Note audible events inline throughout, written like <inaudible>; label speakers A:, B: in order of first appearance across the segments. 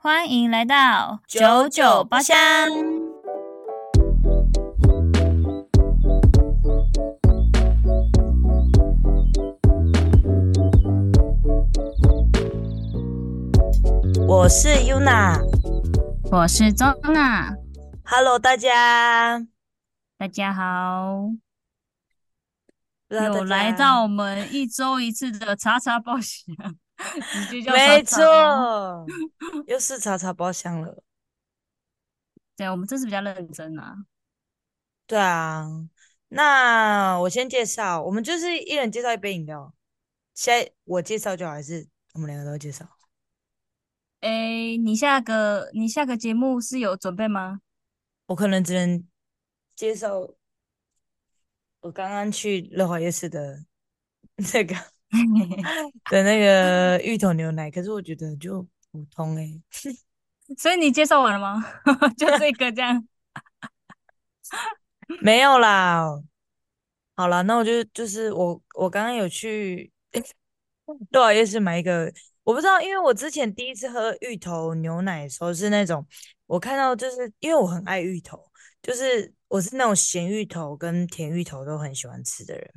A: 欢迎来到九九包厢。
B: 我是 Yuna。
A: 我是钟娜，
B: Hello，大家，
A: 大家好，
B: 不知道
A: 又
B: 大家
A: 来到我们一周一次的查查包
B: <laughs>
A: 厢，直接叫
B: 没
A: 查查吗。
B: 错，又是查查包厢了。
A: 对，我们这次比较认真啊。
B: 对啊，那我先介绍，我们就是一人介绍一杯饮料。现在我介绍就好，还是我们两个都介绍？
A: 诶，你下个你下个节目是有准备吗？ <laughs>
B: 我可能只能介绍我刚刚去乐华夜市的 <laughs> 那个的那个芋头牛奶，可是我觉得就普通欸诶、
A: 所以你介绍完了吗？ <laughs> 就这个这样。
B: 没有啦，好啦，那我就就是我我刚刚有去 <laughs> 乐华夜市买一个，我不知道，因为我之前第一次喝芋头牛奶的时候是那种，我看到就是因为我很爱芋头，就是我是那种咸芋头跟甜芋头都很喜欢吃的人，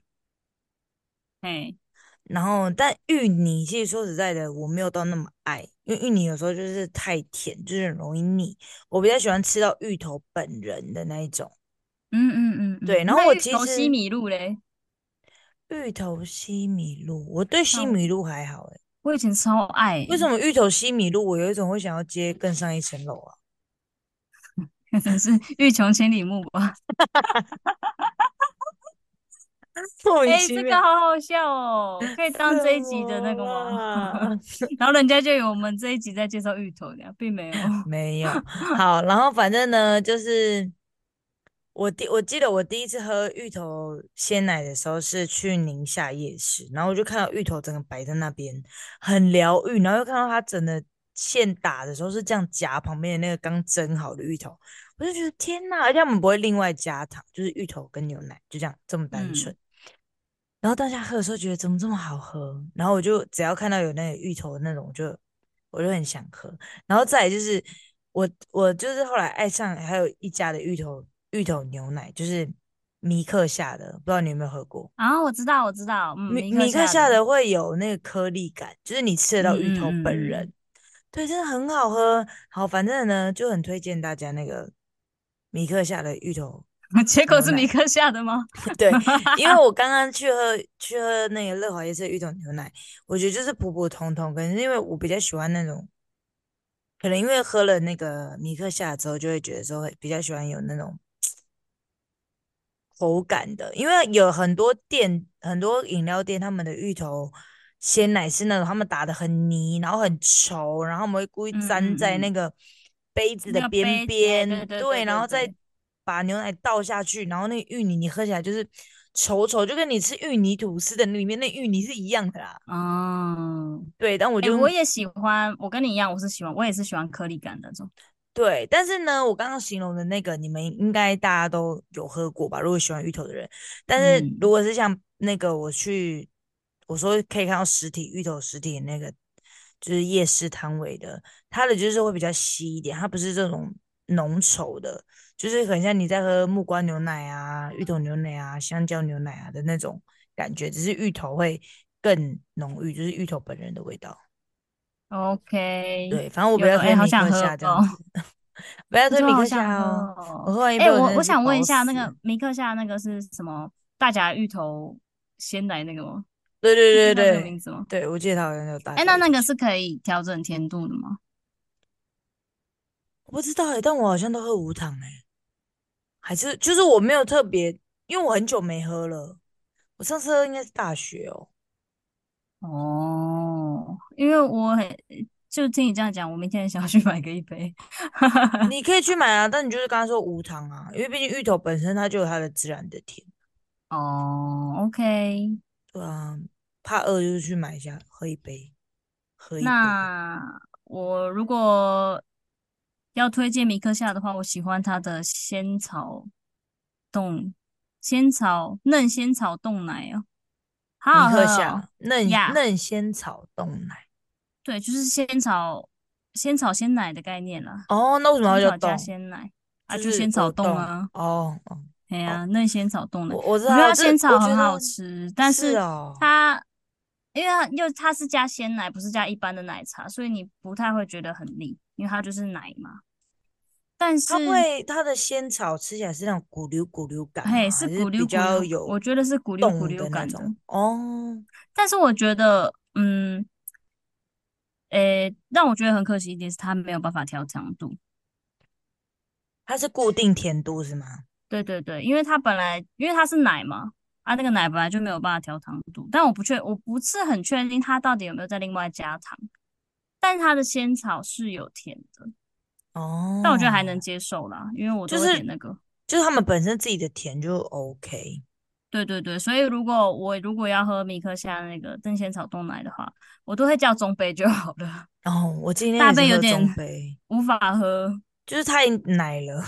A: 哎，
B: 然后但芋泥其实说实在的我没有到那么爱，因为芋泥有时候就是太甜，就是很容易腻，我比较喜欢吃到芋头本人的那一种。
A: 嗯嗯嗯嗯，
B: 对然
A: 那
B: 后我
A: 芋
B: 其
A: 头西
B: 实
A: 米露嘞，
B: 芋头西米露，我对西
A: 嗯
B: 米露还好诶、
A: 我以前超爱欸
B: 为什么芋头西米露我有一种会想要接更上一层楼啊？
A: 欸，真 <laughs> 是欲穷千里目吧？
B: <laughs> 莫名
A: 哎、
B: 其
A: 这个
B: 妙，
A: 好好笑哦，可以当这
B: 什
A: 一集的那个
B: 么
A: 吗？
B: <laughs> 啊？
A: <laughs> 然后人家就以为我们这一集在介绍芋头的，并没有。 <laughs>
B: 没有，好，然后反正呢，就是我第我记得我第一次喝芋头鲜奶的时候是去宁夏夜市，然后我就看到芋头整个摆在那边，很疗愈，然后又看到它整个现打的时候是这样夹旁边的那个刚蒸好的芋头，我就觉得天呐，而且他们不会另外加糖，就是芋头跟牛奶就这样这么单纯。
A: 嗯，
B: 然后当下喝的时候觉得怎么这么好喝，然后我就只要看到有那个芋头的那种，我就我就很想喝。然后再来就是我我就是后来爱上还有一家的芋头芋头牛奶，就是米克夏的，不知道你有没有喝过？
A: 啊，我知道，我知道，嗯，尼
B: 米
A: 克
B: 米克
A: 夏
B: 夏
A: 的，
B: 的会有那个颗粒感，就是你吃
A: 嗯
B: 得到芋头
A: 嗯
B: 本
A: 嗯
B: 人，对，真的很好喝。好，反正呢就很推荐大家那个米克夏的芋头
A: 嗯， <laughs> 结果
B: 牛
A: 是尼
B: 奶。
A: 克夏的
B: <laughs>
A: 吗？
B: 对，因为我刚刚去喝去喝那个乐华夜市的芋头牛奶，我觉得就是普普通通，可能是因为我比较喜欢那种，可能因为喝了那个米克夏之后，就会觉得说会比较喜欢有那种口感的，因为有很多店很多饮料店他们的芋头鲜奶是那种他们打的很泥，然后很稠，然后我们会故意
A: 嗯
B: 粘在
A: 嗯
B: 那
A: 嗯，
B: 个杯子的
A: 那个
B: 边
A: 杯子，哎，对
B: 边，
A: 对
B: 对，
A: 对
B: 然
A: 对
B: 后再
A: 对，
B: 把牛奶倒下去，然后那个芋泥你喝起来就是稠稠，就跟你吃芋泥吐司的里面那芋泥是一样的啦。
A: 哦，
B: 对，但嗯我
A: 哎、
B: 就
A: 我也喜欢，我跟你一样，我是喜欢，我也是喜欢颗粒感的那种。
B: 对，但是呢，我刚刚形容的那个，你们应该大家都有喝过吧？如果喜欢芋头的人，但是
A: 嗯，
B: 如果是像那个我去，我说可以看到实体芋头实体的那个，就是夜市摊位的，它的就是会比较稀一点，它不是这种浓稠的，就是很像你在喝木瓜牛奶啊、芋头牛奶啊、香蕉牛奶啊的那种感觉，只是芋头会更浓郁，就是芋头本人的味道。
A: OK，
B: 对，反正我比
A: 有
B: 较
A: 哎、
B: 推
A: 好
B: 米
A: 想
B: 克
A: 喝
B: 夏这
A: 哦，
B: 样子， <laughs> 不要
A: 我
B: 推
A: 真的
B: 米
A: 好
B: 克
A: 想
B: 夏
A: 喝
B: 哦。我
A: 哦。
B: 喝完一
A: 哎、
B: 杯，我真
A: 我我
B: 的是
A: 想问一
B: 饱
A: 下，那个
B: 死。
A: 米克夏那个是什么？大甲芋头鲜奶那个吗？
B: 对
A: 是是
B: 对对
A: 叫这个
B: 对
A: 名字吗？
B: 对，我记得它好像叫大
A: 哎、
B: 家
A: 那
B: 芋
A: 那
B: 头
A: 个
B: 鲜，
A: 是可以调整甜度的吗？
B: 我不知道哎、但我好像都喝无糖哎、还是就是我没有特别，因为我很久没喝了，我上次喝应该是大学
A: <laughs>
B: 哦。
A: 哦，因为我很就听你这样讲，我明天想要去买个一杯。
B: 哦你可以去买啊，但你就是刚刚说无糖啊，因为毕竟芋头本身它就有它的自然的甜，
A: 哦，OK，
B: 对啊，怕饿就是去买一下，喝一杯，喝一杯。
A: 那我如果要推荐米克夏的话，我喜欢它的仙草冻，仙草嫩仙草冻奶哦，好
B: 米
A: 好喝
B: 克
A: 哦
B: 夏嫩
A: 呀
B: 嫩仙草冻奶。
A: 对，就是仙草仙草鲜奶的概念啦，
B: 哦，那为什么
A: 仙
B: 要
A: 草
B: 叫
A: 加
B: 冻？
A: 鲜奶啊，
B: 就
A: 就是仙草
B: 果
A: 冻
B: 冻
A: 啊，
B: 哦哦
A: 哎
B: 哦，
A: 呀，嫩仙草冻奶，
B: 我我知
A: 我觉得
B: 道，
A: 它
B: 这
A: 仙
B: 我
A: 草
B: 觉
A: 很好
B: 得
A: 吃，但
B: 是
A: 是
B: 哦，
A: 它因为它因为它是加鲜奶，不是加一般的奶茶，所以你不太会觉得很腻，因为它就是奶嘛。但
B: 它
A: 是
B: 会它的仙草吃起来是那种咕溜咕溜感
A: 嘿，
B: 吗？
A: 是
B: 还是
A: 咕
B: 比
A: 溜咕
B: 较
A: 溜，
B: 有
A: 我觉得是咕溜咕
B: 冻
A: 溜
B: 的那
A: 感的。
B: 种？哦，
A: 但是我觉得，嗯，诶，让我觉得很可惜一点是它没有办法调长度。
B: 它是固定甜度是吗？
A: 对对对，因为它本来因为它是奶嘛，啊，那个奶本来就没有办法调糖度，但我不确我不是很确定它到底有没有再另外加糖，但它的仙草是有甜的，但我觉得还能
B: 哦，
A: 接受啦，因为我
B: 就
A: 都会点
B: 是
A: 那个。
B: 就是他们本身自己的甜就 OK。
A: 对对对，所以如果我如果要喝米克夏那个邓仙草冻奶的话，我都会叫中杯就好了，
B: 然后哦我今天
A: 大
B: 也是
A: 杯有
B: 喝中
A: 点
B: 杯，
A: 无法喝，
B: 就是太奶了。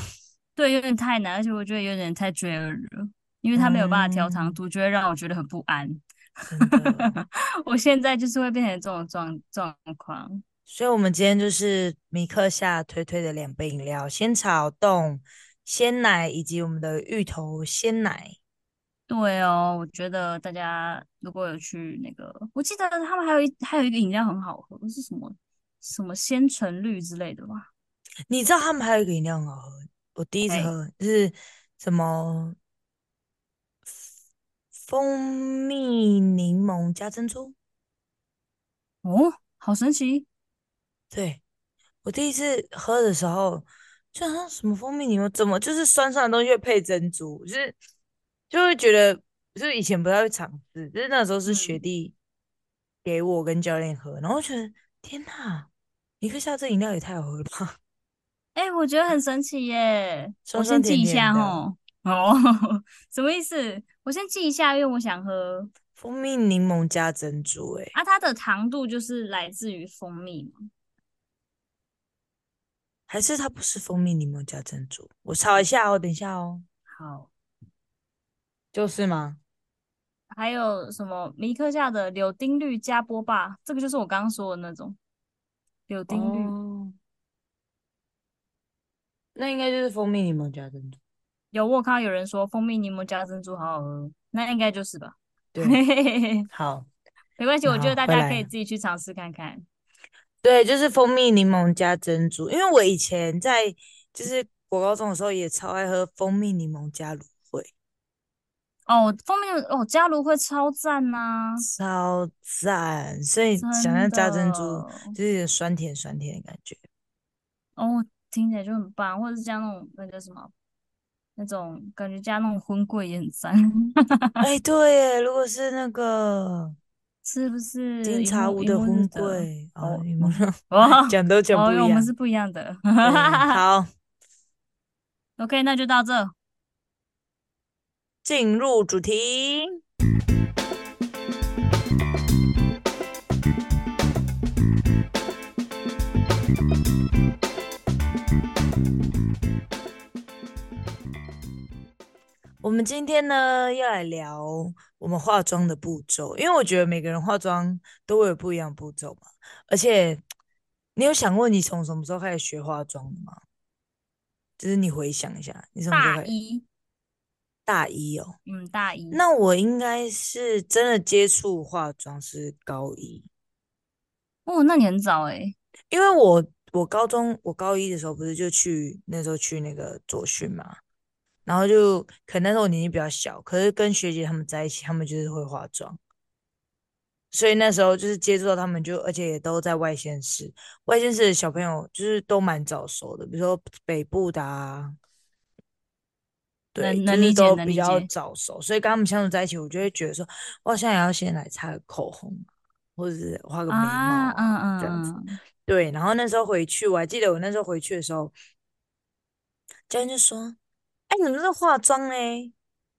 A: 对，有点太难，而且我觉得有点太罪恶了，因为它没有办法调糖
B: 嗯，
A: 度，就会让我觉得很不安。 <laughs>
B: 真的。
A: 我现在就是会变成这种状状况。
B: 所以，我们今天就是米克夏推推的两杯饮料：仙草冻鲜奶以及我们的芋头鲜奶。
A: 对哦，我觉得大家如果有去那个，我记得他们还有一还有一个饮料很好喝，是什么什么鲜橙绿之类的吧？
B: 你知道他们还有一个饮料很好喝，我第一次
A: 哎，
B: 喝是什么蜂蜜柠檬加珍珠？
A: 哦，好神奇！
B: 对，我第一次喝的时候，就好像什么蜂蜜柠檬，怎么就是酸酸的东西会配珍珠，就是就会觉得，就是以前不太会尝试，就是那时候是学
A: 嗯，
B: 弟给我跟教练喝，然后我觉得天呐，一个下这饮料也太好喝了吧， <laughs>
A: 哎，我觉得很神奇耶！我
B: 酸
A: 先
B: 酸甜
A: 记一
B: 甜
A: 下
B: 的
A: 吼。哦， <laughs> 什么意思？我先记一下，因为我想喝。
B: 蜂蜜柠檬加珍珠、欸，
A: 啊，它的糖度就是来自于蜂蜜嘛？
B: 还是它不是蜂蜜柠檬加珍珠？我查一下哦，等一下哦，
A: 好，
B: 就是吗？
A: 还有什么米克夏的柳丁绿加波霸，这个就是我刚刚说的那种柳丁绿，
B: 哦，那应该就是蜂蜜柠檬加珍珠，
A: 有我有看到有人说蜂蜜柠檬加珍珠好好喝，那应该就是吧。
B: 对， <laughs> 好，
A: <laughs> 没关系，我觉
B: 好，
A: 得大
B: 回
A: 家
B: 来
A: 可以
B: 了。
A: 自己去尝试看看。
B: 对，就是蜂蜜柠檬加珍珠，因为我以前在就是国高中的时候也超爱喝蜂蜜柠檬加芦荟，
A: 哦，蜂蜜哦加芦荟超赞呐、
B: 超赞。所以想
A: 真
B: 要
A: 的
B: 加珍珠，
A: 哦，
B: 就是有点酸甜酸甜的感觉。
A: 听起来就很棒，或者是加那种那叫什么那种感觉加那种荤桂也很赞， <laughs>
B: 哎，对耶，如果是那个
A: 是不是？
B: 金
A: 一
B: 茶
A: 目
B: 屋
A: 一
B: 的
A: 目日
B: 荤
A: 德，
B: 桂啊，
A: 哦
B: 你们
A: 哦哦
B: 讲都讲
A: 哦，
B: 不
A: 因为
B: 一
A: 我们
B: 样。
A: 是不一样的。 <laughs>
B: 对，好，
A: OK，那就到这。
B: 进入主题。我们今天呢要来聊我们化妆的步骤，因为我觉得每个人化妆都会有不一样的步骤嘛。而且，你有想过你从什么时候开始学化妆的吗？就是你回想一下，你什么时候
A: 大
B: 开始？
A: 一，
B: 大一哦，
A: 嗯，大一，
B: 那我应该是真的接触化妆是高一，
A: 哦，那你很早诶、
B: 因为我我高中我高一的时候不是就去那时候去那个左训嘛，然后就可能那时候我年纪比较小，可是跟学姐她们在一起，她们就是会化妆。所以那时候就是接触到他们就，而且也都在外县市，外县市的小朋友就是都蛮早熟的，比如说北部的啊，对，
A: 能
B: 就
A: 能
B: 是
A: 理解，
B: 都
A: 能
B: 比
A: 理
B: 较
A: 解。
B: 早熟，所以跟他们相处在一起，我就会觉得说，我好像也要先来擦个口红啊，或者是画个眉
A: 啊，
B: 毛啊，这样子。
A: 嗯嗯，
B: 对，然后那时候回去，我还记得我那时候回去的时候，教练就说：“哎，你们这化妆嘞，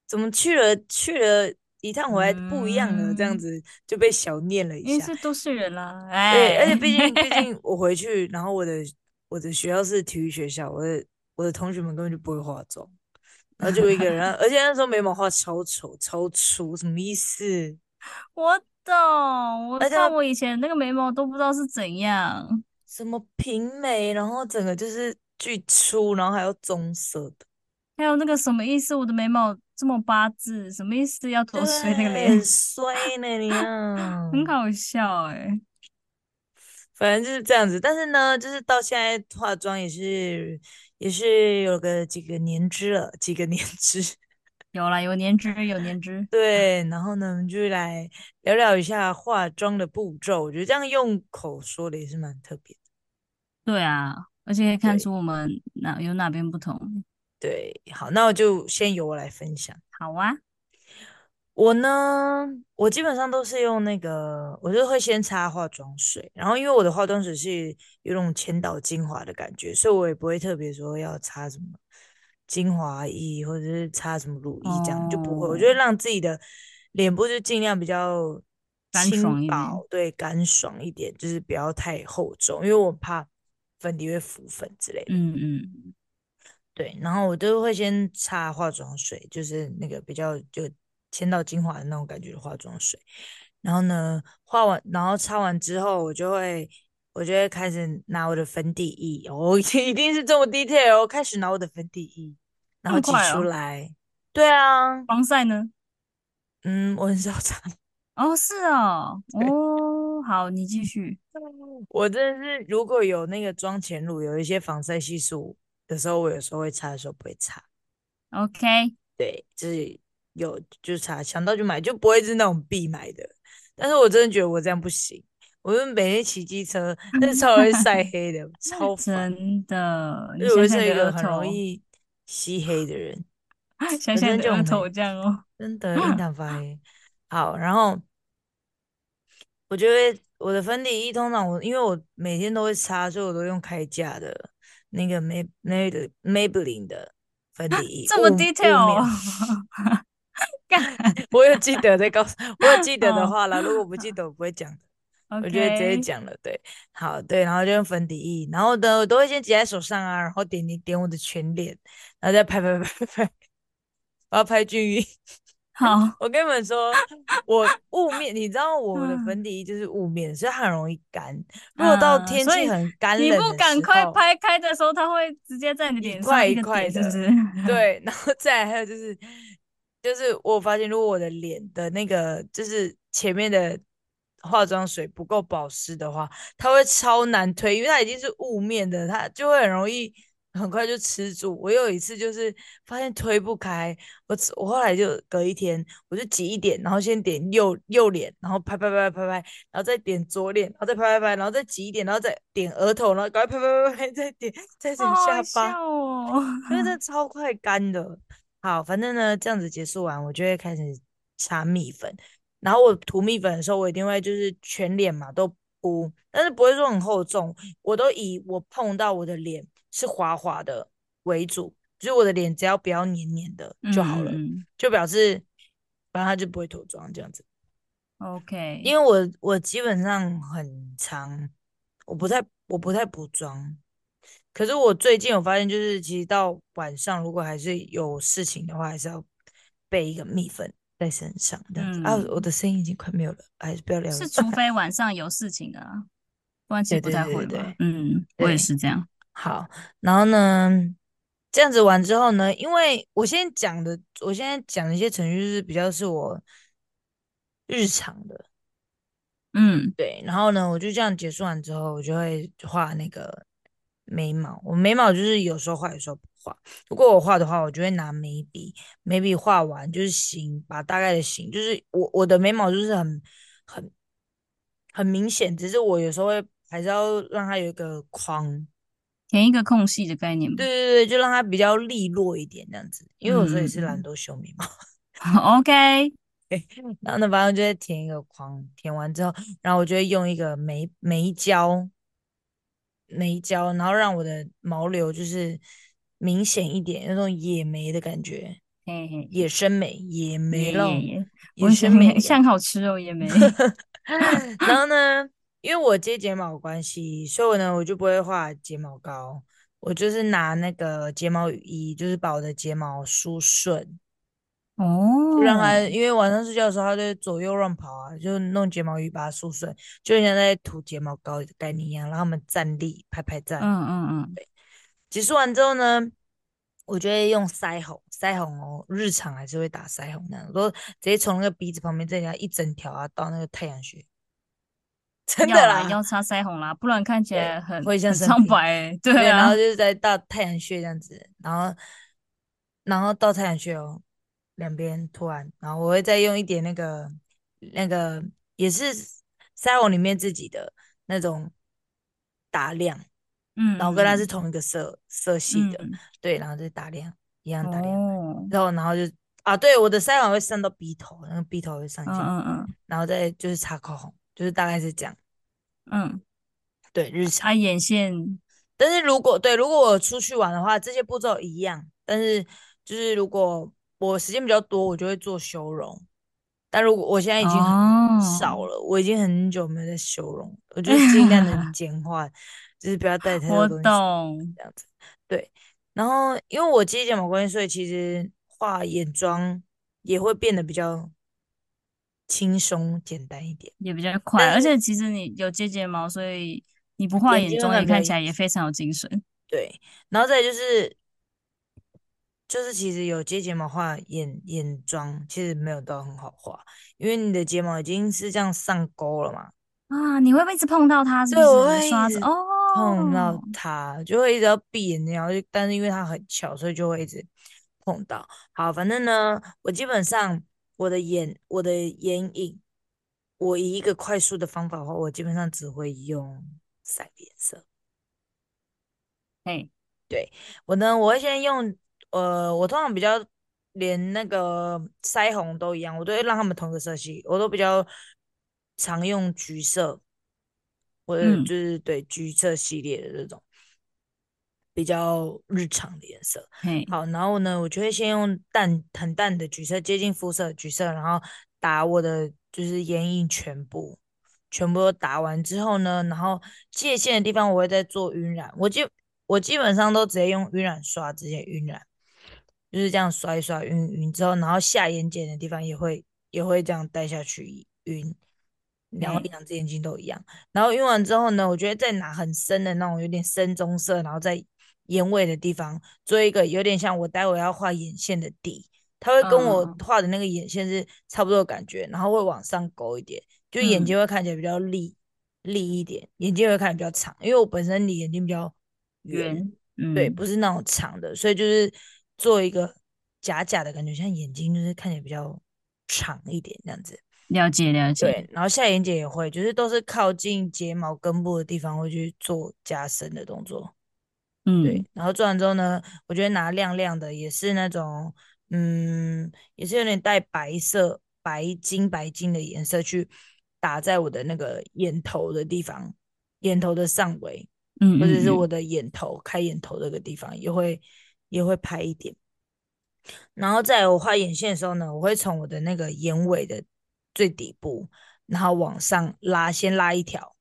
B: 怎么去了去了一趟回来不一样了？”这样
A: 嗯，
B: 子就被小念了一
A: 因为
B: 下。
A: 是都市人啦，
B: 对，而
A: 哎，
B: 且毕
A: <laughs>
B: 竟毕竟我回去，然后我的我的学校是体育学校，我的我的同学们根本就不会化妆，然后就我一个人，啊而且那时候眉毛画超丑超粗，什么意思？
A: 我懂，我
B: 而且
A: 看我以前那个眉毛都不知道是怎样。
B: 什么平眉，然后整个就是巨粗，然后还有棕色的，
A: 还有那个什么意思？我的眉毛这么八字，什么意思？要多衰那个
B: <laughs> 对，
A: 脸，
B: 很衰那里啊。
A: 很搞笑哎诶、
B: 反正就是这样子，但是呢，就是到现在化妆也是也是有个几个年资了，几个年资。
A: 有啦，有年资，有年资。
B: <laughs> 对，然后呢，我们就来聊聊一下化妆的步骤。我觉得这样用口说的也是蛮特别的。
A: 对啊，而且可以看
B: 对
A: 出我们哪有哪边不同。
B: 对，好，那我就先由我来分享。
A: 好啊，
B: 我呢，我基本上都是用那个，我就会先擦化妆水，然后因为我的化妆水是有种前导精华的感觉，所以我也不会特别说要擦什么精华液或者是擦什么乳液这样，就不会。我就
A: 哦，
B: 会让自己的脸部就尽量比较
A: 干
B: 轻
A: 爽一点。
B: 薄，对，干爽一点，就是不要太厚重，因为我怕粉底会浮粉之类的。
A: 嗯嗯，
B: 对，然后我都会先擦化妆水，就是那个比较就前导精华的那种感觉的化妆水。然后呢，化完，然后擦完之后，我就会，我就会开始拿我的粉底液，哦， <laughs> 一定是这么 detail 哦，开始拿我的粉底液，
A: 这
B: 然后
A: 么
B: 挤
A: 快
B: 出
A: 哦？
B: 来。对啊，
A: 防晒呢？
B: 嗯，我很少擦， <laughs>
A: 哦，是哦，
B: 对，
A: 哦，好，你继续。
B: 我真的是如果有那个妆前乳有一些防晒系数的时候，我有时候会擦，有时候不会擦。
A: OK，
B: 对，就是有就查想到就买，就不会是那种必买的。但是我真的觉得我这样不行，我就每天骑
A: <laughs>
B: 机车，那超容易晒黑的，超烦。
A: 真的，
B: 因
A: 你
B: 为我
A: 想
B: 是
A: 想你
B: 一
A: 的
B: 个
A: 额
B: 很容
A: 头，
B: 易吸黑的人，
A: <laughs> 想想
B: 我真
A: 你
B: 的
A: 的
B: 就
A: 额
B: 很
A: 头
B: 黑，
A: 这样哦。
B: 真的印堂发黑。好，然后我就会我的粉底液通常我因为我每天都会擦，所以我都用开架的那个 May 那个 Maybelline 的粉底液，
A: 啊这么
B: 雾雾
A: detail
B: 面。
A: 哦，干
B: <laughs> 我有记得再告
A: <laughs>
B: 诉，我有记得的
A: 哦
B: 话啦，如果不记得我不会讲的，我就会直接
A: <laughs> ，OK，
B: 讲了。对，好，对，然后就用粉底液，然后呢，我都会先挤在手上啊，然后点点点我的全脸，然后再拍拍拍拍拍， <laughs> 我要拍均匀。 <laughs>
A: 好，
B: 我跟你们说，我雾面，你知道我的
A: 嗯
B: 粉底液就是雾面，所以它很容易干。如果到
A: 嗯，
B: 天
A: 所
B: 气
A: 以
B: 很干
A: 你不
B: 冷的
A: 赶
B: 时
A: 快
B: 候，
A: 拍开的时候，它会直接在你
B: 一
A: 脸上
B: 块
A: 一
B: 一
A: 个
B: 块
A: 点，是不是？
B: <laughs> 的，对，然后再来还有就是，就是我发现如果我的脸的那个就是前面的化妆水不够保湿的话，它会超难推，因为它已经是雾面的，它就会很容易很快就吃住。我有一次就是发现推不开，我吃我后来就隔一天我就挤一点，然后先点右右脸，然后拍拍拍拍拍，然后再点左脸，然后再拍拍拍，然后再挤一点，然后再点额头，然后赶快拍拍拍拍，再点再
A: 好
B: 点
A: 好
B: 下
A: 笑
B: 巴。
A: 哦，
B: 因为这超快干的。好，反正呢，这样子结束完，我就会开始擦蜜粉。然后我涂蜜粉的时候，我一定会就是全脸嘛都敷，但是不会说很厚重，我都以我碰到我的脸是滑滑的为主，就是我的脸只要不要黏黏的就好
A: 嗯
B: 了，
A: 嗯
B: 就表示反正它就不会脱妆这样子。
A: 嗯，OK，
B: 因为我我基本上很常，我不太我不太补妆。可是我最近有发现，就是其实到晚上，如果还是有事情的话，还是要备一个蜜粉在身上，这样子啊。我
A: 嗯，
B: 的声音已经快没有了，还是不要聊了。
A: 是除非晚上有事情的啦，不然其实不
B: 对对
A: 太
B: 对
A: 会
B: 对
A: 吧。
B: 对
A: 嗯，我也
B: 对，
A: 是这样。
B: 好。然后呢，这样子完之后呢，因为我现在讲的，我现在讲的一些程序是比较是我日常的，
A: 嗯，
B: 对。然后呢，我就这样结束完之后，我就会画那个眉毛，我眉毛就是有时候画，有时候不画。如果我画的话，我就会拿眉笔，眉笔画完就是形，把大概的形，就是我我的眉毛就是很很很明显，只是我有时候会还是要让它有一个框，
A: 填一个空隙的概念嘛。
B: 对对对，就让它比较利落一点这样子。因为有时候也是懒
A: 嗯
B: 得修眉毛，
A: <laughs> ，OK，
B: 然后呢，反正就会填一个框，填完之后，然后我就会用一个眉眉胶。眉胶，然后让我的毛流就是明显一点，那种野莓的感觉，
A: 嘿嘿，
B: 野生莓、野
A: 耶
B: 莓
A: 耶
B: 咯，
A: 耶，
B: 野
A: 我想
B: 生莓的感
A: 像
B: 觉。
A: 好吃哦，也
B: <laughs>
A: 没，
B: 然后呢，因为我接睫毛的关系，所以我呢我就不会画睫毛膏，我就是拿那个睫毛雨衣，就是把我的睫毛梳顺，就让它，
A: 哦，
B: 因为晚上睡觉的时候，它就会左右乱跑啊，就弄睫毛雨把它梳顺，就像在涂睫毛膏的概念一样，让它们站立排排站。
A: 嗯嗯
B: 结束完之后呢，我就会用腮红，腮红哦，日常还是会打腮红那样，都直接从那个鼻子旁边这里啊一整条啊到那个太阳穴，
A: 嗯，
B: <laughs> <laughs> 真的
A: 要啦，
B: 啦，
A: 要擦腮红啦，不然看起
B: 对，
A: 来很
B: 会像
A: 很
B: 生
A: 苍
B: 病， <laughs>
A: 白欸。 <laughs> 对
B: 对，然后
A: 啊，
B: 就是再到太阳穴这样子，然后然后到太阳穴哦，两边涂完，然后我会再用一点那个那个也是腮红里面自己的那种打亮，然后跟它是
A: 嗯
B: 同一个色色系
A: 嗯
B: 的，
A: 嗯，
B: 对，然后再打亮，一样打亮，
A: 哦，
B: 然后然后就啊，对，我的腮红会上到鼻头，那个鼻头会上
A: 嗯
B: 下，
A: 嗯
B: 然后再就是擦口红，就是大概是这样，
A: 嗯嗯，
B: 对，日常。
A: 啊，眼线，
B: 但是如果对，如果我出去玩的话，这些步骤一样。但是就是如果我时间比较多，我就会做修容。但如果我现在已经很
A: 哦，
B: 少了，我已经很久没有在修容了，我就是尽量
A: <laughs>
B: 的简化，就是不要带太多
A: 我
B: 东西
A: 懂，
B: 这样子。对，然后因为我接睫毛关系，所以其实画眼妆也会变得比较轻松简单一点，
A: 也比较快，
B: 但
A: 而且
B: 是
A: 其实你有接睫毛，所以你不画
B: 眼
A: 眼
B: 睛会
A: 妆也
B: 看比较
A: 看起
B: 严
A: 来也非常有精神。
B: 对，然后再来就是。就是其实有接睫毛画眼眼妆，其实没有到很好画，因为你的睫毛已经是这样上钩了嘛。
A: 啊，你会不会一直碰到它？是
B: 对，
A: 不
B: 我
A: 是
B: 会一
A: 刷子？
B: 直碰到
A: 哦，
B: 它，就会一直要闭眼睛，然后就但是因为它很翘，所以就会一直碰到。好，反正呢，我基本上我的眼我的眼影，我以一个快速的方法的话，我基本上只会用三个颜色。
A: 嘿，
B: 对，我呢，我会先用，呃，我通常比较连那个腮红都一样，我都会让他们同一个色系，我都比较常用橘色，或者
A: 嗯
B: 就是对橘色系列的这种比较日常的颜色。
A: 嘿，
B: 好，然后呢，我就会先用淡很淡的橘色，接近肤色的橘色，然后打我的就是眼影全部。全部都打完之后呢，然后界限的地方我会再做晕染，我基我基本上都直接用晕染刷直接晕染，就是这样刷一刷晕晕之后，然后下眼睑的地方也会也会这样带下去晕，然后
A: 嘿，
B: 两只眼睛都一样，然后晕完之后呢，我觉得再拿很深的那种有点深棕色，然后在眼尾的地方做一个有点像我待会要画眼线的底，它会跟我
A: 嗯
B: 画的那个眼线是差不多的感觉，然后会往上勾一点。就眼睛
A: 嗯
B: 会看起来比较立立一点，眼睛会看起来比较长，因为我本身离眼睛比较圆，
A: 圆，
B: 对，
A: 嗯
B: 不是那种长的，所以就是做一个假假的感觉，像眼睛就是看起来比较长一点这样子。
A: 了解了解，
B: 对，然后下眼睑也会，就是都是靠近睫毛根部的地方会去做加深的动作。对，
A: 嗯
B: 然后做完之后呢，我觉得拿亮亮的，也是那种，嗯，也是有点带白色、白金、白金的颜色去打在我的那个眼头的地方，眼头的上围，
A: 嗯
B: 或者是我
A: 嗯
B: 的眼头开眼头这个地方也会也会拍一点。然后在我画眼线的时候呢，我会从我的那个眼尾的最底部，然后往上拉，先拉一条。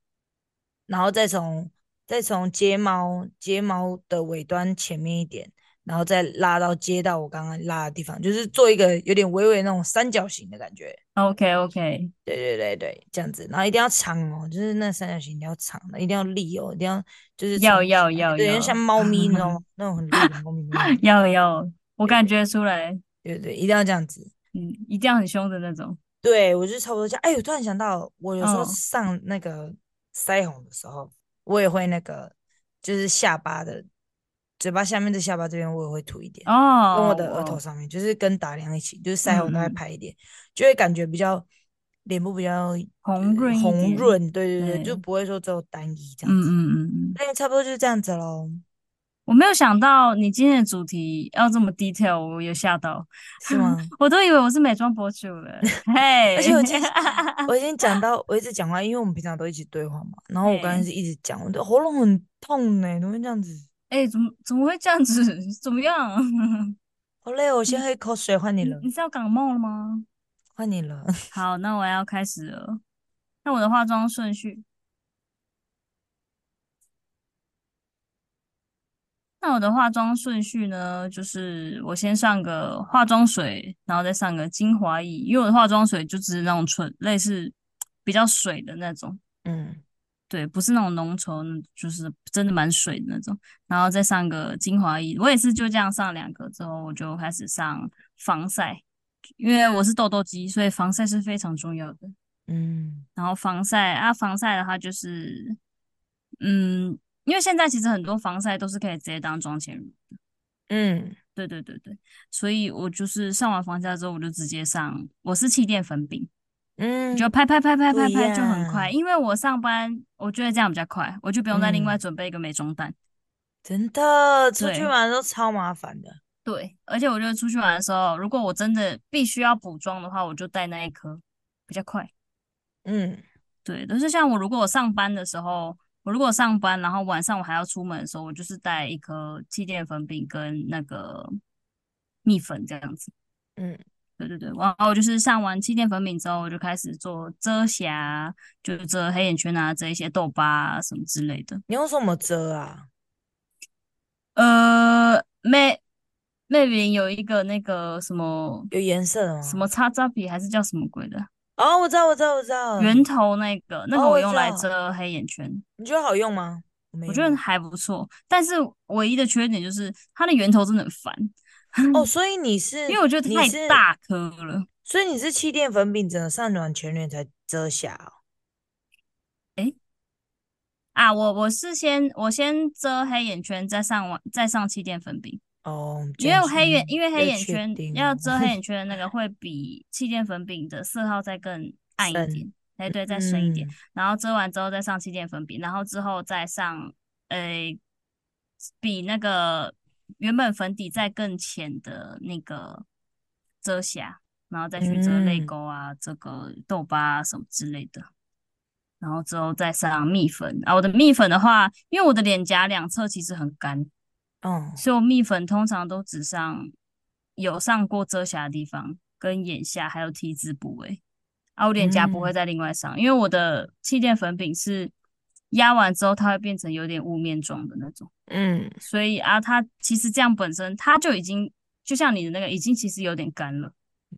B: 然后再从再从睫毛睫毛的尾端前面一点，然后再拉到接到我刚刚拉的地方，就是做一个有点微微那种三角形的感觉。
A: 嗯，OK OK，
B: 对对对对，这样子，然后一定要长哦，就是那三角形一定要长的，一定要立哦，一定要就是
A: 要
B: 从
A: 要
B: 感觉
A: 要
B: 对，就像
A: 要
B: 猫咪，你知道
A: <laughs>
B: 吗？那种很立的猫咪那种，
A: 要要，我
B: 对
A: 感觉
B: 对
A: 出来，
B: 对对，一定要这样子。
A: 嗯，一定要很凶的那种，
B: 对，我就差不多这样。哎，我突然想到，我有时候
A: 嗯
B: 上那个腮红的时候，我也会那个，就是下巴的，嘴巴下面的下巴这边我也会涂一点，跟我
A: 哦
B: 的额头
A: 哦，
B: 上面，就是跟打亮一起，就是腮红大概
A: 嗯嗯，
B: 拍一点，就会感觉比较脸部比较就
A: 红
B: 是
A: 润一
B: 红
A: 点，
B: 润，对对对，
A: 对，
B: 就不会说只有单一这
A: 嗯
B: 样子。
A: 嗯嗯嗯，
B: 那差不多就是这样子喽。
A: 我没有想到你今天的主题要这么 detail，我有吓到，
B: 是吗？
A: 我都以为我是美妆博主
B: <laughs>
A: 了，
B: 而且
A: 嘿，<laughs>
B: 我今天我已经讲到，我一直讲话，因为我们平常都一起对话嘛。然后我刚才
A: 嘿。
B: 是一直讲，我的喉咙很痛呢、怎么会这样子？
A: 哎、怎么怎么会这样子？怎么样？ <laughs>
B: 好累哦，我先
A: 你
B: 喝一口水，换你
A: 你
B: 了，
A: 你是要感冒了吗？
B: 换你了。 <laughs>
A: 好，那我要开始了。那我的化妆顺序，那我的化妆顺序呢，就是我先上个化妆水，然后再上个精华液，因为我的化妆水就只是那种纯类似比较水的那种，
B: 嗯，
A: 对，不是那种浓稠，那就是真的蛮水的那种，然后再上个精华液。我也是就这样上两个之后，我就开始上防晒，因为我是痘痘肌，所以防晒是非常重要的。
B: 嗯，
A: 然后防晒啊，防晒的话就是，嗯，因为现在其实很多防晒都是可以直接当妆前乳。
B: 嗯，
A: 对对对对，所以我就是上完防晒之后，我就直接上，我是气垫粉饼，你就
B: 嗯，
A: 拍拍拍拍
B: 不
A: 拍
B: 一
A: 拍就很快，
B: 样，
A: 因为我上班我觉得这样比较快，我就不用再另外
B: 嗯，
A: 准备一个美妆蛋。
B: 真的，出去
A: 对
B: 玩都超麻烦的，
A: 对，而且我觉得出去玩的时候，如果我真的必须要补妆的话，我就带那一颗，比较快。
B: 嗯，
A: 对，但是像我如果我上班的时候，我如果上班，然后晚上我还要出门的时候，我就是带一颗气垫粉饼跟那个蜜粉这样子。
B: 嗯，
A: 对对对，然后我就是上完气垫粉饼之后，我就开始做遮瑕，就是遮黑眼圈啊，遮一些痘疤啊什么之类的。
B: 你用什么遮啊？
A: 呃，妹妹云有一个那个什么
B: 有颜色的
A: 什么
B: 吗？
A: 擦渣笔还是叫什么鬼的
B: 哦，我知道，我知道，我知道，
A: 圆头那个，那个
B: 嗯哦，
A: 我
B: 我知
A: 用来
B: 道，
A: 遮黑眼圈，
B: 你觉得好用吗？我没
A: 我
B: 用
A: 觉得
B: 过。
A: 还不错。但是唯一的缺点就是它的圆头真的很烦，
B: 哦，所以你是
A: 因为我觉得
B: 你
A: 太
B: 是，
A: 大颗了。
B: 所以你是气垫粉饼整个上完全脸才遮瑕哦。
A: 诶啊，我我是先我先遮黑眼圈，再上完再上气垫粉饼。
B: 哦，
A: 因
B: 简
A: 为黑眼，
B: 讯
A: 因为黑
B: 要
A: 眼
B: 确
A: 圈
B: 定
A: 要
B: 哦，
A: 遮黑
B: <laughs>
A: 眼圈的那个会比气垫粉饼的色号再更暗一
B: 深，
A: 点，哎，对，再深一点。
B: 嗯
A: 然后遮完之后再上气垫粉饼，然后之后再上，呃，比那个原本粉底再更浅的那个遮瑕，然后再去遮泪
B: 嗯，
A: 沟啊，这个痘疤啊什么之类的。然后之后再上蜜粉啊，我的蜜粉的话，因为我的脸颊两侧其实很干，
B: 哦，
A: 所以我蜜粉通常都只上有上过遮瑕的地方，跟眼下还有 T 字部位。啊，我脸颊不会
B: 嗯
A: 再另外上，因为我的气垫粉饼是压完之后，它会变成有点雾面状的那种。
B: 嗯
A: 所以啊，它其实这样本身它就已经就像你的那个已经其实有点干了，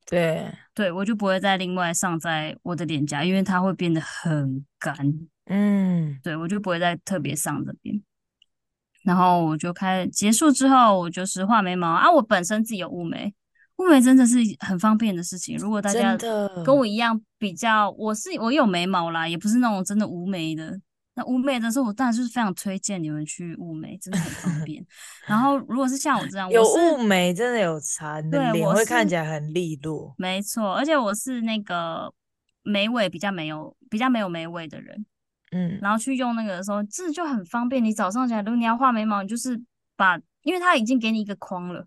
B: 对，
A: 对，我就不会再另外上在我的脸颊，因为它会变得很干，
B: 嗯
A: 对，我就不会再特别上这边。然后我就开结束之后，我就是画眉毛啊。我本身自己有雾眉，雾眉真的是很方便的事情。如果大
B: 真
A: 家跟
B: 的，
A: 我一样比较，我是我有眉毛啦，也不是那种真的无眉的。那无眉的时候，我当然就是非常推荐你们去雾眉，真的很方便。然后如果是像啊我这样，我
B: 有雾
A: 是
B: 眉真的有差，你的
A: 对
B: 脸
A: 我
B: 会看
A: 是
B: 起来很利落。
A: 没错，而且我是那个眉尾比较没有比较没有眉尾的人。
B: 嗯
A: 然后去用那个的时候，这就很方便。你早上起来，如果你要画眉毛，你就是把，因为它已经给你一个框了，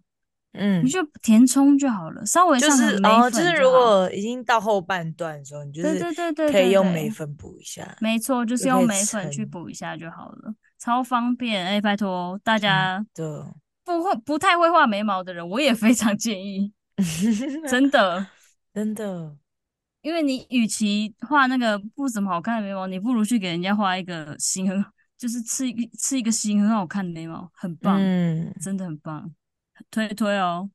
A: 你
B: 嗯，
A: 就填充就好了，稍微
B: 就
A: 上个
B: 是
A: 眉
B: 哦，就
A: 粉
B: 是
A: 就
B: 如
A: 好。
B: 果已经到后半段的时候，你就
A: 对
B: 是
A: 对对对
B: 可以
A: 对
B: 用眉
A: 对，
B: 粉补一下，
A: 没错，就是
B: 就可
A: 用
B: 以
A: 眉粉去
B: 撑。
A: 补一下就好了，超方便。哎，拜托大
B: 真
A: 家
B: 的，
A: 不会不太会画眉毛的人，我也非常建议，真的。
B: 真的，
A: 因为你与其画那个不怎么好看的眉毛，你不如去给人家画一个型很，就是刺一个刺一个型很好看的眉毛，很棒，
B: 嗯，
A: 真的很棒，推推哦。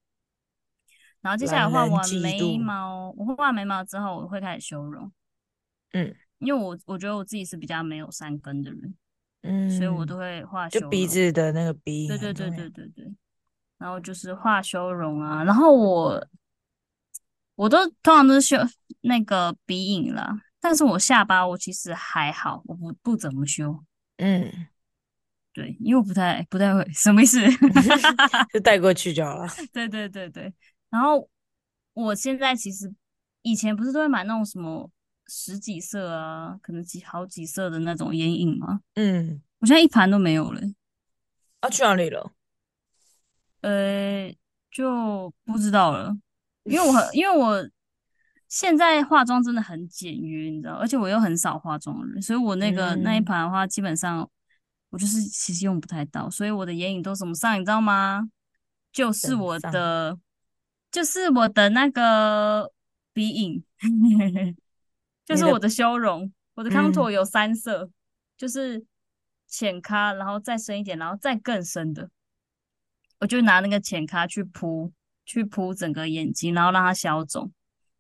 A: 然后接下
B: 懒
A: 来画
B: 人
A: 完
B: 嫉
A: 眉
B: 妒，
A: 毛，我画完眉毛之后，我会开始修容，
B: 嗯
A: 因为我我觉得我自己是比较没有山根的人，所以我
B: 嗯，
A: 都会画
B: 就
A: 修
B: 鼻
A: 容。
B: 子的那个鼻
A: 对
B: 影
A: 对对
B: 很重要。
A: 对对对，然后就是画修容啊，然后我我都通常都是修那个鼻影啦，但是我下巴我其实还好，我不不怎么修，
B: 嗯，
A: 对，因为我不太不太会，什么意思？ <laughs> 啊
B: 就带过去就好了。
A: 对对对对，然后我现在其实以前不是都会买那种什么十几色啊，可能几好几色的那种眼影吗？
B: 嗯，
A: 我现在一盘都没有了欸、
B: 啊，去哪里了？
A: 呃，就不知道了，因为我
B: <laughs>
A: 很，因为我现在化妆真的很简约，你知道，而且我又很少化妆的人，所以我那个那一
B: 嗯，
A: 盘的话，基本上我就是其实用不太到，所以我的眼影都怎么上，你知道吗？就是
B: 整
A: 我
B: 上。
A: 的，就是我的那个鼻影， <laughs> 就
B: 你
A: 是
B: 的，
A: 我的修容，我的 contour
B: 嗯，
A: 有三色，就是浅咖，然后再深一点，然后再更深的。我就拿那个浅咖去铺，去铺整个眼睛，然后让它消肿，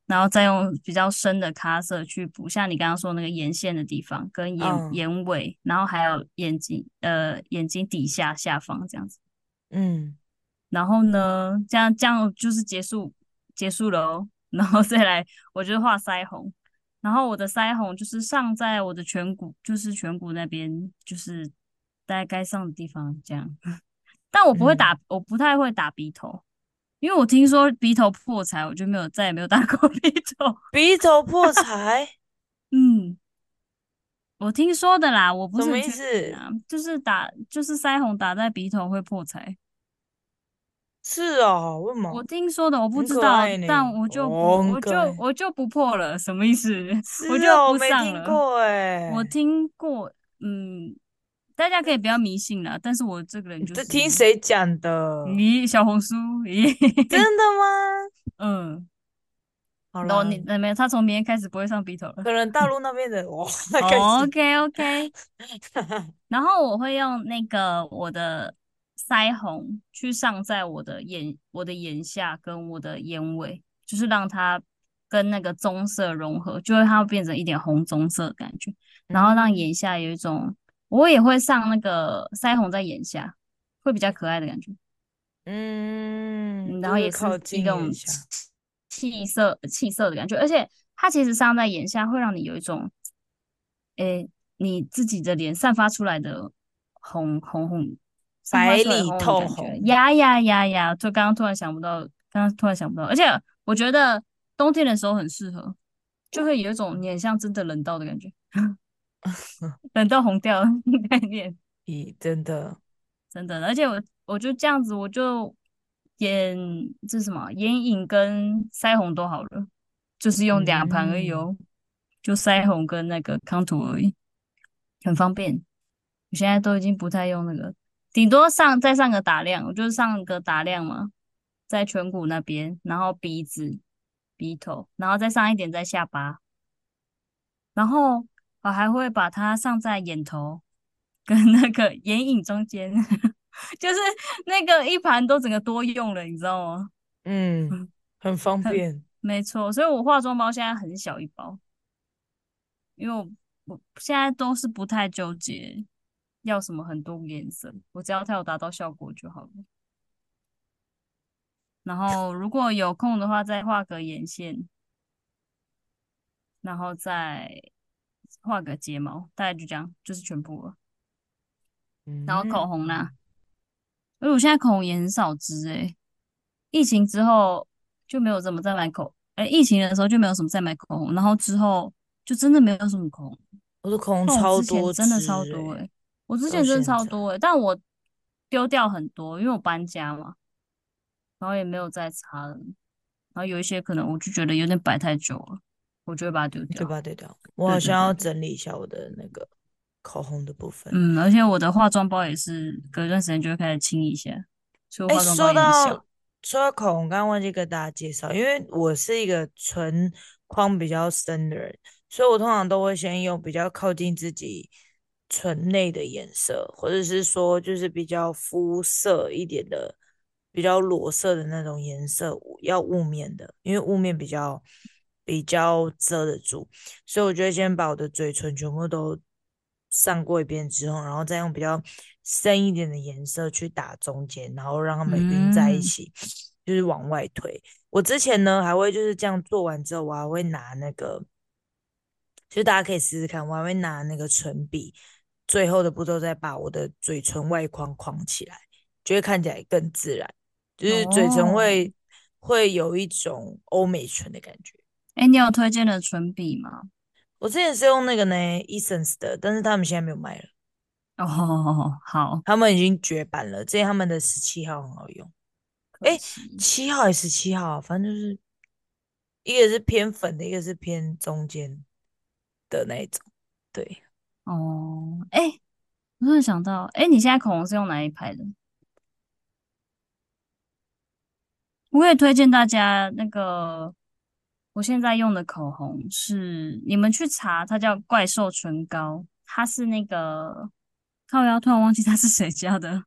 A: 然后再用比较深的咖色去补，像你刚刚说那个眼线的地方，跟眼
B: 嗯
A: 眼尾，然后还有眼睛呃眼睛底下下方这样子。
B: 嗯，
A: 然后呢，这样这样就是结束结束了哦，然后再来，我就是画腮红，然后我的腮红就是上在我的颧骨，就是颧骨那边，就是大概该上的地方这样。 <laughs> 但我不会
B: 嗯，
A: 打，我不太会打鼻头，因为我听说鼻头破财，我就没有再也没有打过 <laughs> 鼻头。
B: 鼻头
A: <laughs>
B: 破财
A: 嗯，我听说的啦，我不
B: 什
A: 是
B: 么
A: 很
B: 意
A: 确定
B: 思？
A: 啊，就是打就是腮红打在鼻头会破财。
B: 是哦，为什
A: 啊我
B: 么？
A: 听说的，我不
B: 很
A: 知
B: 可
A: 道，
B: 爱
A: 但
B: 呢，
A: 我就不，
B: 哦，很
A: 我
B: 可
A: 就
B: 爱。
A: 我就不破了，什么意思？ <laughs> 我
B: 是
A: 就
B: 哦，
A: 不
B: 没
A: 上
B: 听
A: 了。
B: 过
A: 我
B: 哎，
A: 听过，嗯，大家可以不要迷信啦，但是我这个人
B: 你
A: 就
B: 这
A: 是，
B: 听谁讲的？
A: 咦，小红书，咦， <laughs>
B: 真的吗？
A: 嗯，
B: 好
A: 然后
B: 啦，
A: 你，呃，没有，他从明天开始不会上鼻头
B: <laughs>
A: 了。
B: 可能大陆那边的哇开始，
A: OK OK，然后我会用那个我的腮红去上在我的眼、我的眼下跟我的眼尾，就是让它跟那个棕色融合，就会它会变成一点红棕色的感觉，然后让
B: 嗯，
A: 眼下有一种，我也会上那个腮红在眼下，会比较可爱的感觉。
B: 嗯，
A: 嗯，然
B: 就
A: 后
B: 是
A: 也是
B: 靠
A: 一
B: 近眼
A: 种气
B: 下，
A: 气色、气色的感觉，而且它其实上在眼下会让你有一种，诶，你自己的脸散发出来的红红红，散发
B: 白
A: 出来的
B: 里
A: 红红的
B: 透
A: 感觉，
B: 红。
A: 呀呀呀呀！就刚刚突然想不到，刚刚突然想不到，而且我觉得冬天的时候很适合，就会有一种你很像真的冷到的感觉， <laughs> 冷到红掉的概念。
B: 咦，真的，
A: 真的，而且我我就这样子，我就眼这是什么眼影跟腮红都好了，就是用两盘而已
B: 嗯，
A: 哦，就腮红跟那个 contour 而已，很方便。我现在都已经不太用那个，顶多上再上个打亮，我就是上个打亮嘛，在颧骨那边，然后鼻子、鼻头，然后再上一点在下巴，然后我还会把它上在眼头跟那个眼影中间， <laughs> 就是那个一盘都整个多用了，你知道吗？
B: 嗯，
A: 嗯，
B: 很方
A: 很，
B: 便。
A: 没错，所以我化妆包现在很小一包，因为我我现在都是不太纠结要什么很多颜色，我只要它有达到效果就好了。然后如果有空的话，再画个眼线，然后再画个睫毛，大概就这样，就是全部了。然后口
B: 嗯，
A: 红啦。因为我现在口红也很少支诶、疫情之后就没有怎么再买口，诶、疫情的时候就没有什么再买口红，然后之后就真的没有什么口红。
B: 我的口红
A: 但我
B: 超
A: 之前
B: 多
A: 真的超
B: 支哎
A: 多
B: 诶，
A: 诶、我之
B: 到
A: 前真的
B: 现
A: 超
B: 在。
A: 多诶、欸但我丢掉很多，因为我搬家嘛，然后也没有再擦了。然后有一些可能我就觉得有点摆太久了，我就会把它丢
B: 你就
A: 掉。
B: 把它丢掉。我
A: 对对
B: 好像
A: 对
B: 要
A: 对，
B: 整理一下我的那个口红的部分。
A: 嗯，而且我的化妆包也是隔一段时间就会开始清一下，所以我
B: 哎，
A: 化妆包
B: 说
A: 也很
B: 到
A: 小。
B: 说到口红，刚刚忘记跟大家介绍，因为我是一个唇框比较深的人，所以我通常都会先用比较靠近自己唇内的颜色，或者是说就是比较肤色一点的、比较裸色的那种颜色，要雾面的，因为雾面比较比较遮得住，所以我就会先把我的嘴唇全部都上过一遍之后，然后再用比较深一点的颜色去打中间，然后让它们晕在一
A: 嗯，
B: 起，就是往外推。我之前呢还会就是这样做完之后，我还会拿那个，就是大家可以试试看，我还会拿那个唇笔，最后的步骤再把我的嘴唇外框框起来，就会看起来更自然，就是嘴唇
A: 哦。
B: 会会有一种欧美唇的感觉。
A: 哎，你有推荐的唇笔吗？
B: 我之前是用那个呢 Essence 的，但是他们现在没有卖了，
A: 哦， <laughs> 好，
B: 他们已经绝版了。之前他们的十七号很好用，
A: 可
B: 诶，
A: 惜。
B: 七号还是十七号啊，反正就是一个是偏粉的，一个是偏中间的那一种。对，
A: 哦，哎，我突然想到，哎，你现在口红是用哪一排的？我也推荐大家那个，我现在用的口红是，你们去查，它叫怪兽唇膏，它是那个，靠腰，突然忘记它是谁家的，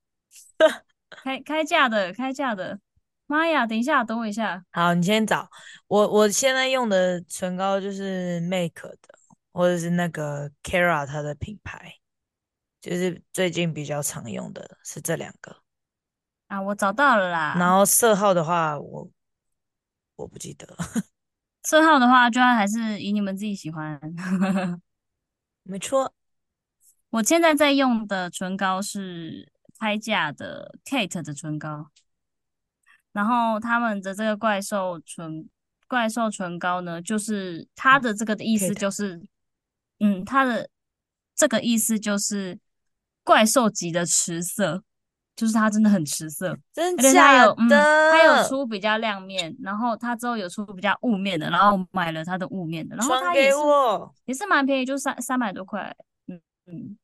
A: 开开价的，开价的。妈呀，等一下，等我一下。
B: 好，你先找我。我现在用的唇膏就是 Make 的，或者是那个 Cara 它的品牌，就是最近比较常用的是这两个。
A: 啊，我找到了
B: 然
A: 啦。
B: 后色号的话，我我不记得了。
A: 色号的话，就要还是以你们自己喜欢。 <laughs>
B: 没错，
A: 我现在在用的唇膏是开架的 Kate 的唇膏，然后他们的这个怪兽唇怪兽唇膏呢，就是它的这个的意思
B: Kate
A: 就是，嗯，它的这个意思就是怪兽级的迟色，就是它真的很迟色，
B: 真
A: 而且它
B: 假
A: 有嗯，它有
B: 的，
A: 出比较亮面，然后它之后有出比较雾面的，然后我买了它的雾面的，然后
B: 传
A: 它也
B: 给
A: 是
B: 我，
A: 也是蛮便宜，就三三百多块，嗯嗯。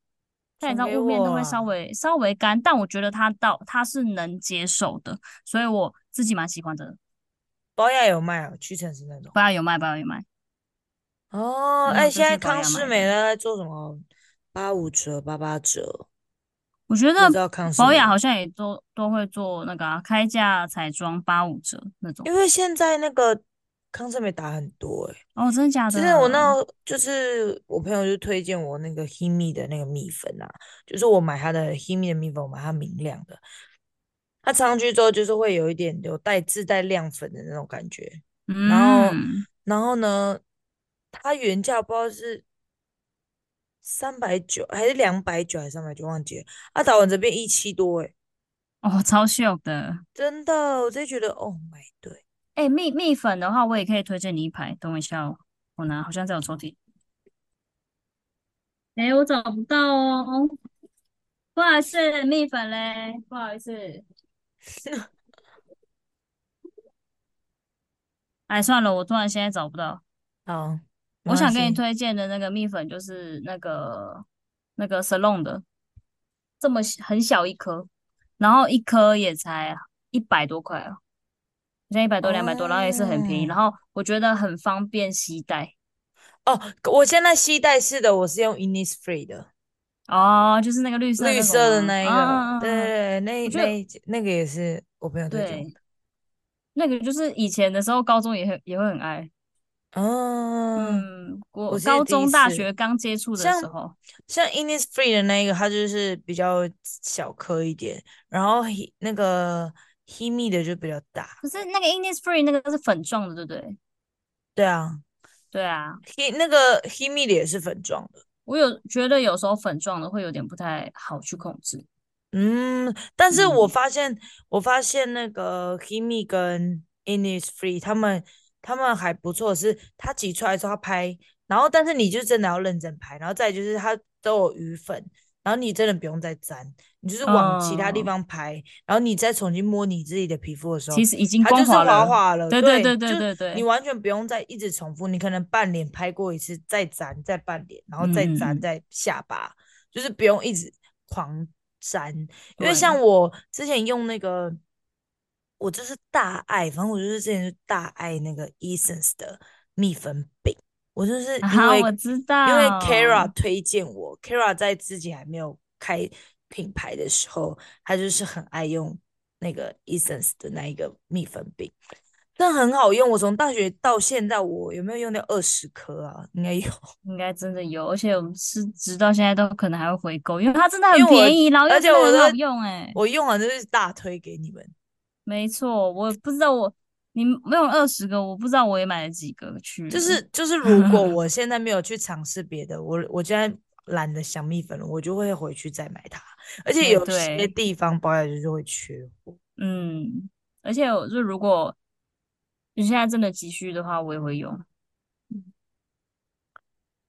A: 但你知
B: 传
A: 道
B: 给
A: 雾面都
B: 我
A: 会稍
B: 啊！
A: 微稍微干，但我觉得它到它是能接受的，所以我自己蛮喜欢的。
B: 保雅有卖哦，屈臣氏那种。
A: 不要有卖，不要有卖，
B: 哦，哎、
A: 嗯，
B: 现
A: 这
B: 在
A: 是保
B: 康
A: 养
B: 士
A: 买
B: 美
A: 的。
B: 乐在做什么？八五折、八八折，
A: 我觉得
B: 我知道康士
A: 保
B: 美
A: 养
B: 乐。
A: 好像也都都会做那个啊，开价彩妆八五折那种。
B: 因为现在那个康士美打很多诶、
A: 哦，真的假
B: 之前我那
A: 的？
B: 就是我朋友就推荐我那个 Himi 的那个蜜粉啊，就是我买它的 Himi 的蜜粉，我买它明亮的，它擦上去之后就是会有一点有带自带亮粉的那种感觉，然后
A: 嗯，
B: 然后呢，它原价不知道是三百九还是两百九还是三百九忘记了，它打完折变一七多诶、
A: 哦，超秀的。
B: 真的，我真觉得哦买对，
A: 哎，蜜蜜粉的话，我也可以推荐你一排。等我一下哦，我拿，好像在我抽屉。哎，我找不到哦，不好意思，蜜粉嘞，不好意思。哎，算了，我突然现在找不到。
B: 好，没
A: 我
B: 关
A: 想给你
B: 系，
A: 推荐的那个蜜粉就是那个那个 Salon 的，这么小很小一颗，然后一颗也才一百多块啊，好像一百多两百多，然后也是很便宜，然
B: 哦。
A: 后我觉得很方便携带
B: 哦，我现在吸带式的我是用 Innisfree 的，
A: 哦，就是那个绿色
B: 绿
A: 那种
B: 色的
A: 吗？
B: 那
A: 嗯
B: 一个，
A: 嗯嗯嗯，
B: 对对对，那
A: 我觉得
B: 那一那个也是我朋友推荐我
A: 对
B: 的。
A: 那个就是以前的时候，高中也会也会很爱，
B: 哦，
A: 嗯，
B: 我
A: 国
B: 是
A: 高
B: 第一
A: 中大
B: 次，
A: 学刚接触的
B: 像
A: 时候，
B: 像 Innisfree 的那一个，它就是比较小颗一点，然后 He- 那个 Himi 的就比较大。
A: 可是那个 Innisfree 那个是粉状的，对不对？
B: 对啊
A: 对啊。
B: ，He 那个 Himi 的也是粉状的，
A: 我有觉得有时候粉状的会有点不太好去控制，
B: 嗯，但是我
A: 嗯，
B: 发现，我发现那个 Himi 跟 Innisfree 他们他们还不错，是他挤出来之后他拍，然后但是你就真的要认真拍，然后再来就是它都有余粉，然后你真的不用再沾，你就是往其他地
A: 嗯，
B: 方拍，然后你再重新摸你自己的皮肤的时
A: 其
B: 候，
A: 实已经
B: 它
A: 光
B: 就是
A: 滑
B: 滑
A: 了，
B: 滑了，
A: 对对对
B: 对，
A: 对
B: 就
A: 对
B: 你
A: 对，
B: 完全不用再一直重复，你可能半脸拍过一次，再粘再半脸，然后
A: 嗯
B: 再
A: 嗯
B: 粘
A: 嗯，
B: 再下巴，就是不用一直狂粘。因为像
A: 对，
B: 我之前用那个，我就是大爱，反正我就是之前就大爱那个 Essence 的蜜粉饼，我就是
A: 啊
B: 因
A: 哈，
B: 为
A: 我知
B: 因为 Kara
A: 道，
B: 推荐我，Kara 在自己还没有开品牌的时候，她就是很爱用那个 Essence 的那一个蜜粉饼，但很好用。我从大学到现在，我有没有用掉二十颗啊？应该有。
A: 应该真的有，而且我们是直到现在都可能还会回购，因为它真的很
B: 因为我，
A: 便宜，然后
B: 而
A: 又
B: 且
A: 真的
B: 我
A: 很好
B: 都
A: 用，欸诶，
B: 我用完就是大推给
A: <laughs>
B: 你们。
A: 没错，我不知道我你们没有二十个，我不知道我也买了几个去
B: 就
A: 了，
B: 是就是，如果我现在没有去尝试别的，我我现在懒得想蜜粉了，我就会回去再买它。而且
A: 哎，
B: 有些
A: 对，
B: 地方保养就是会缺货。
A: 嗯，而且我就如果你现在真的急需的话，我也会用。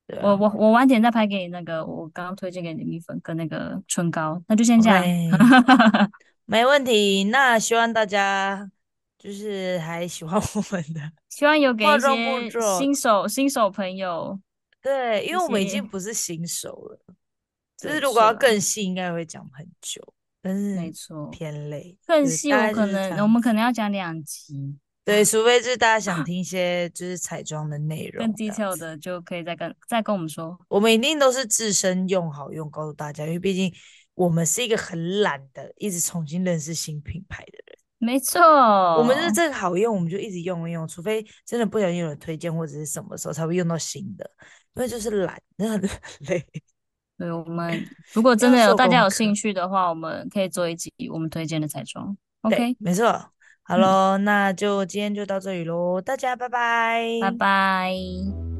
B: 对
A: 我
B: 啊
A: 我我晚点再拍给你那个我刚刚推荐给你的蜜粉跟那个唇膏，那就先这样。
B: ，OK，没 <laughs> 问题。那希望大家就是还喜欢我们的
A: 希望有给
B: 化
A: 一
B: 妆步
A: 些
B: 骤。
A: 新手新手朋友
B: <laughs> 对，因
A: 一
B: 为我们已
A: 些
B: 经不是新手了，就是
A: 对
B: 如果要
A: 是
B: 更
A: 啊，
B: 细，应该会讲很久，但
A: 没
B: 是
A: 错。
B: 偏累，
A: 更
B: 嗯对，
A: 细
B: 大
A: 我
B: 概就
A: 可
B: 是这
A: 能我
B: 样
A: 们
B: 子。
A: 可能要讲两集，
B: 对，除非就是大家想 <laughs> 听一些就是彩妆的内
A: 更
B: 容这样
A: detail
B: 子，
A: 的就可以再跟再跟我们说。
B: 我们一定都是自身用好用，告诉大家，因为毕竟我们是一个很懒的，一直重新认识新品牌的人。
A: 没错，
B: 我们就是这个好用，我们就一直用用，除非真的不小心有人推荐或者是什么时候才会用到新的，因为就是懒，真的很 <laughs> 累。
A: 对，我们如果真的有大家有兴趣的话，我们可以做一集我们推荐的彩妆。OK，
B: 没错。好喽，嗯、那就今天就到这里喽，大家拜拜，
A: 拜拜。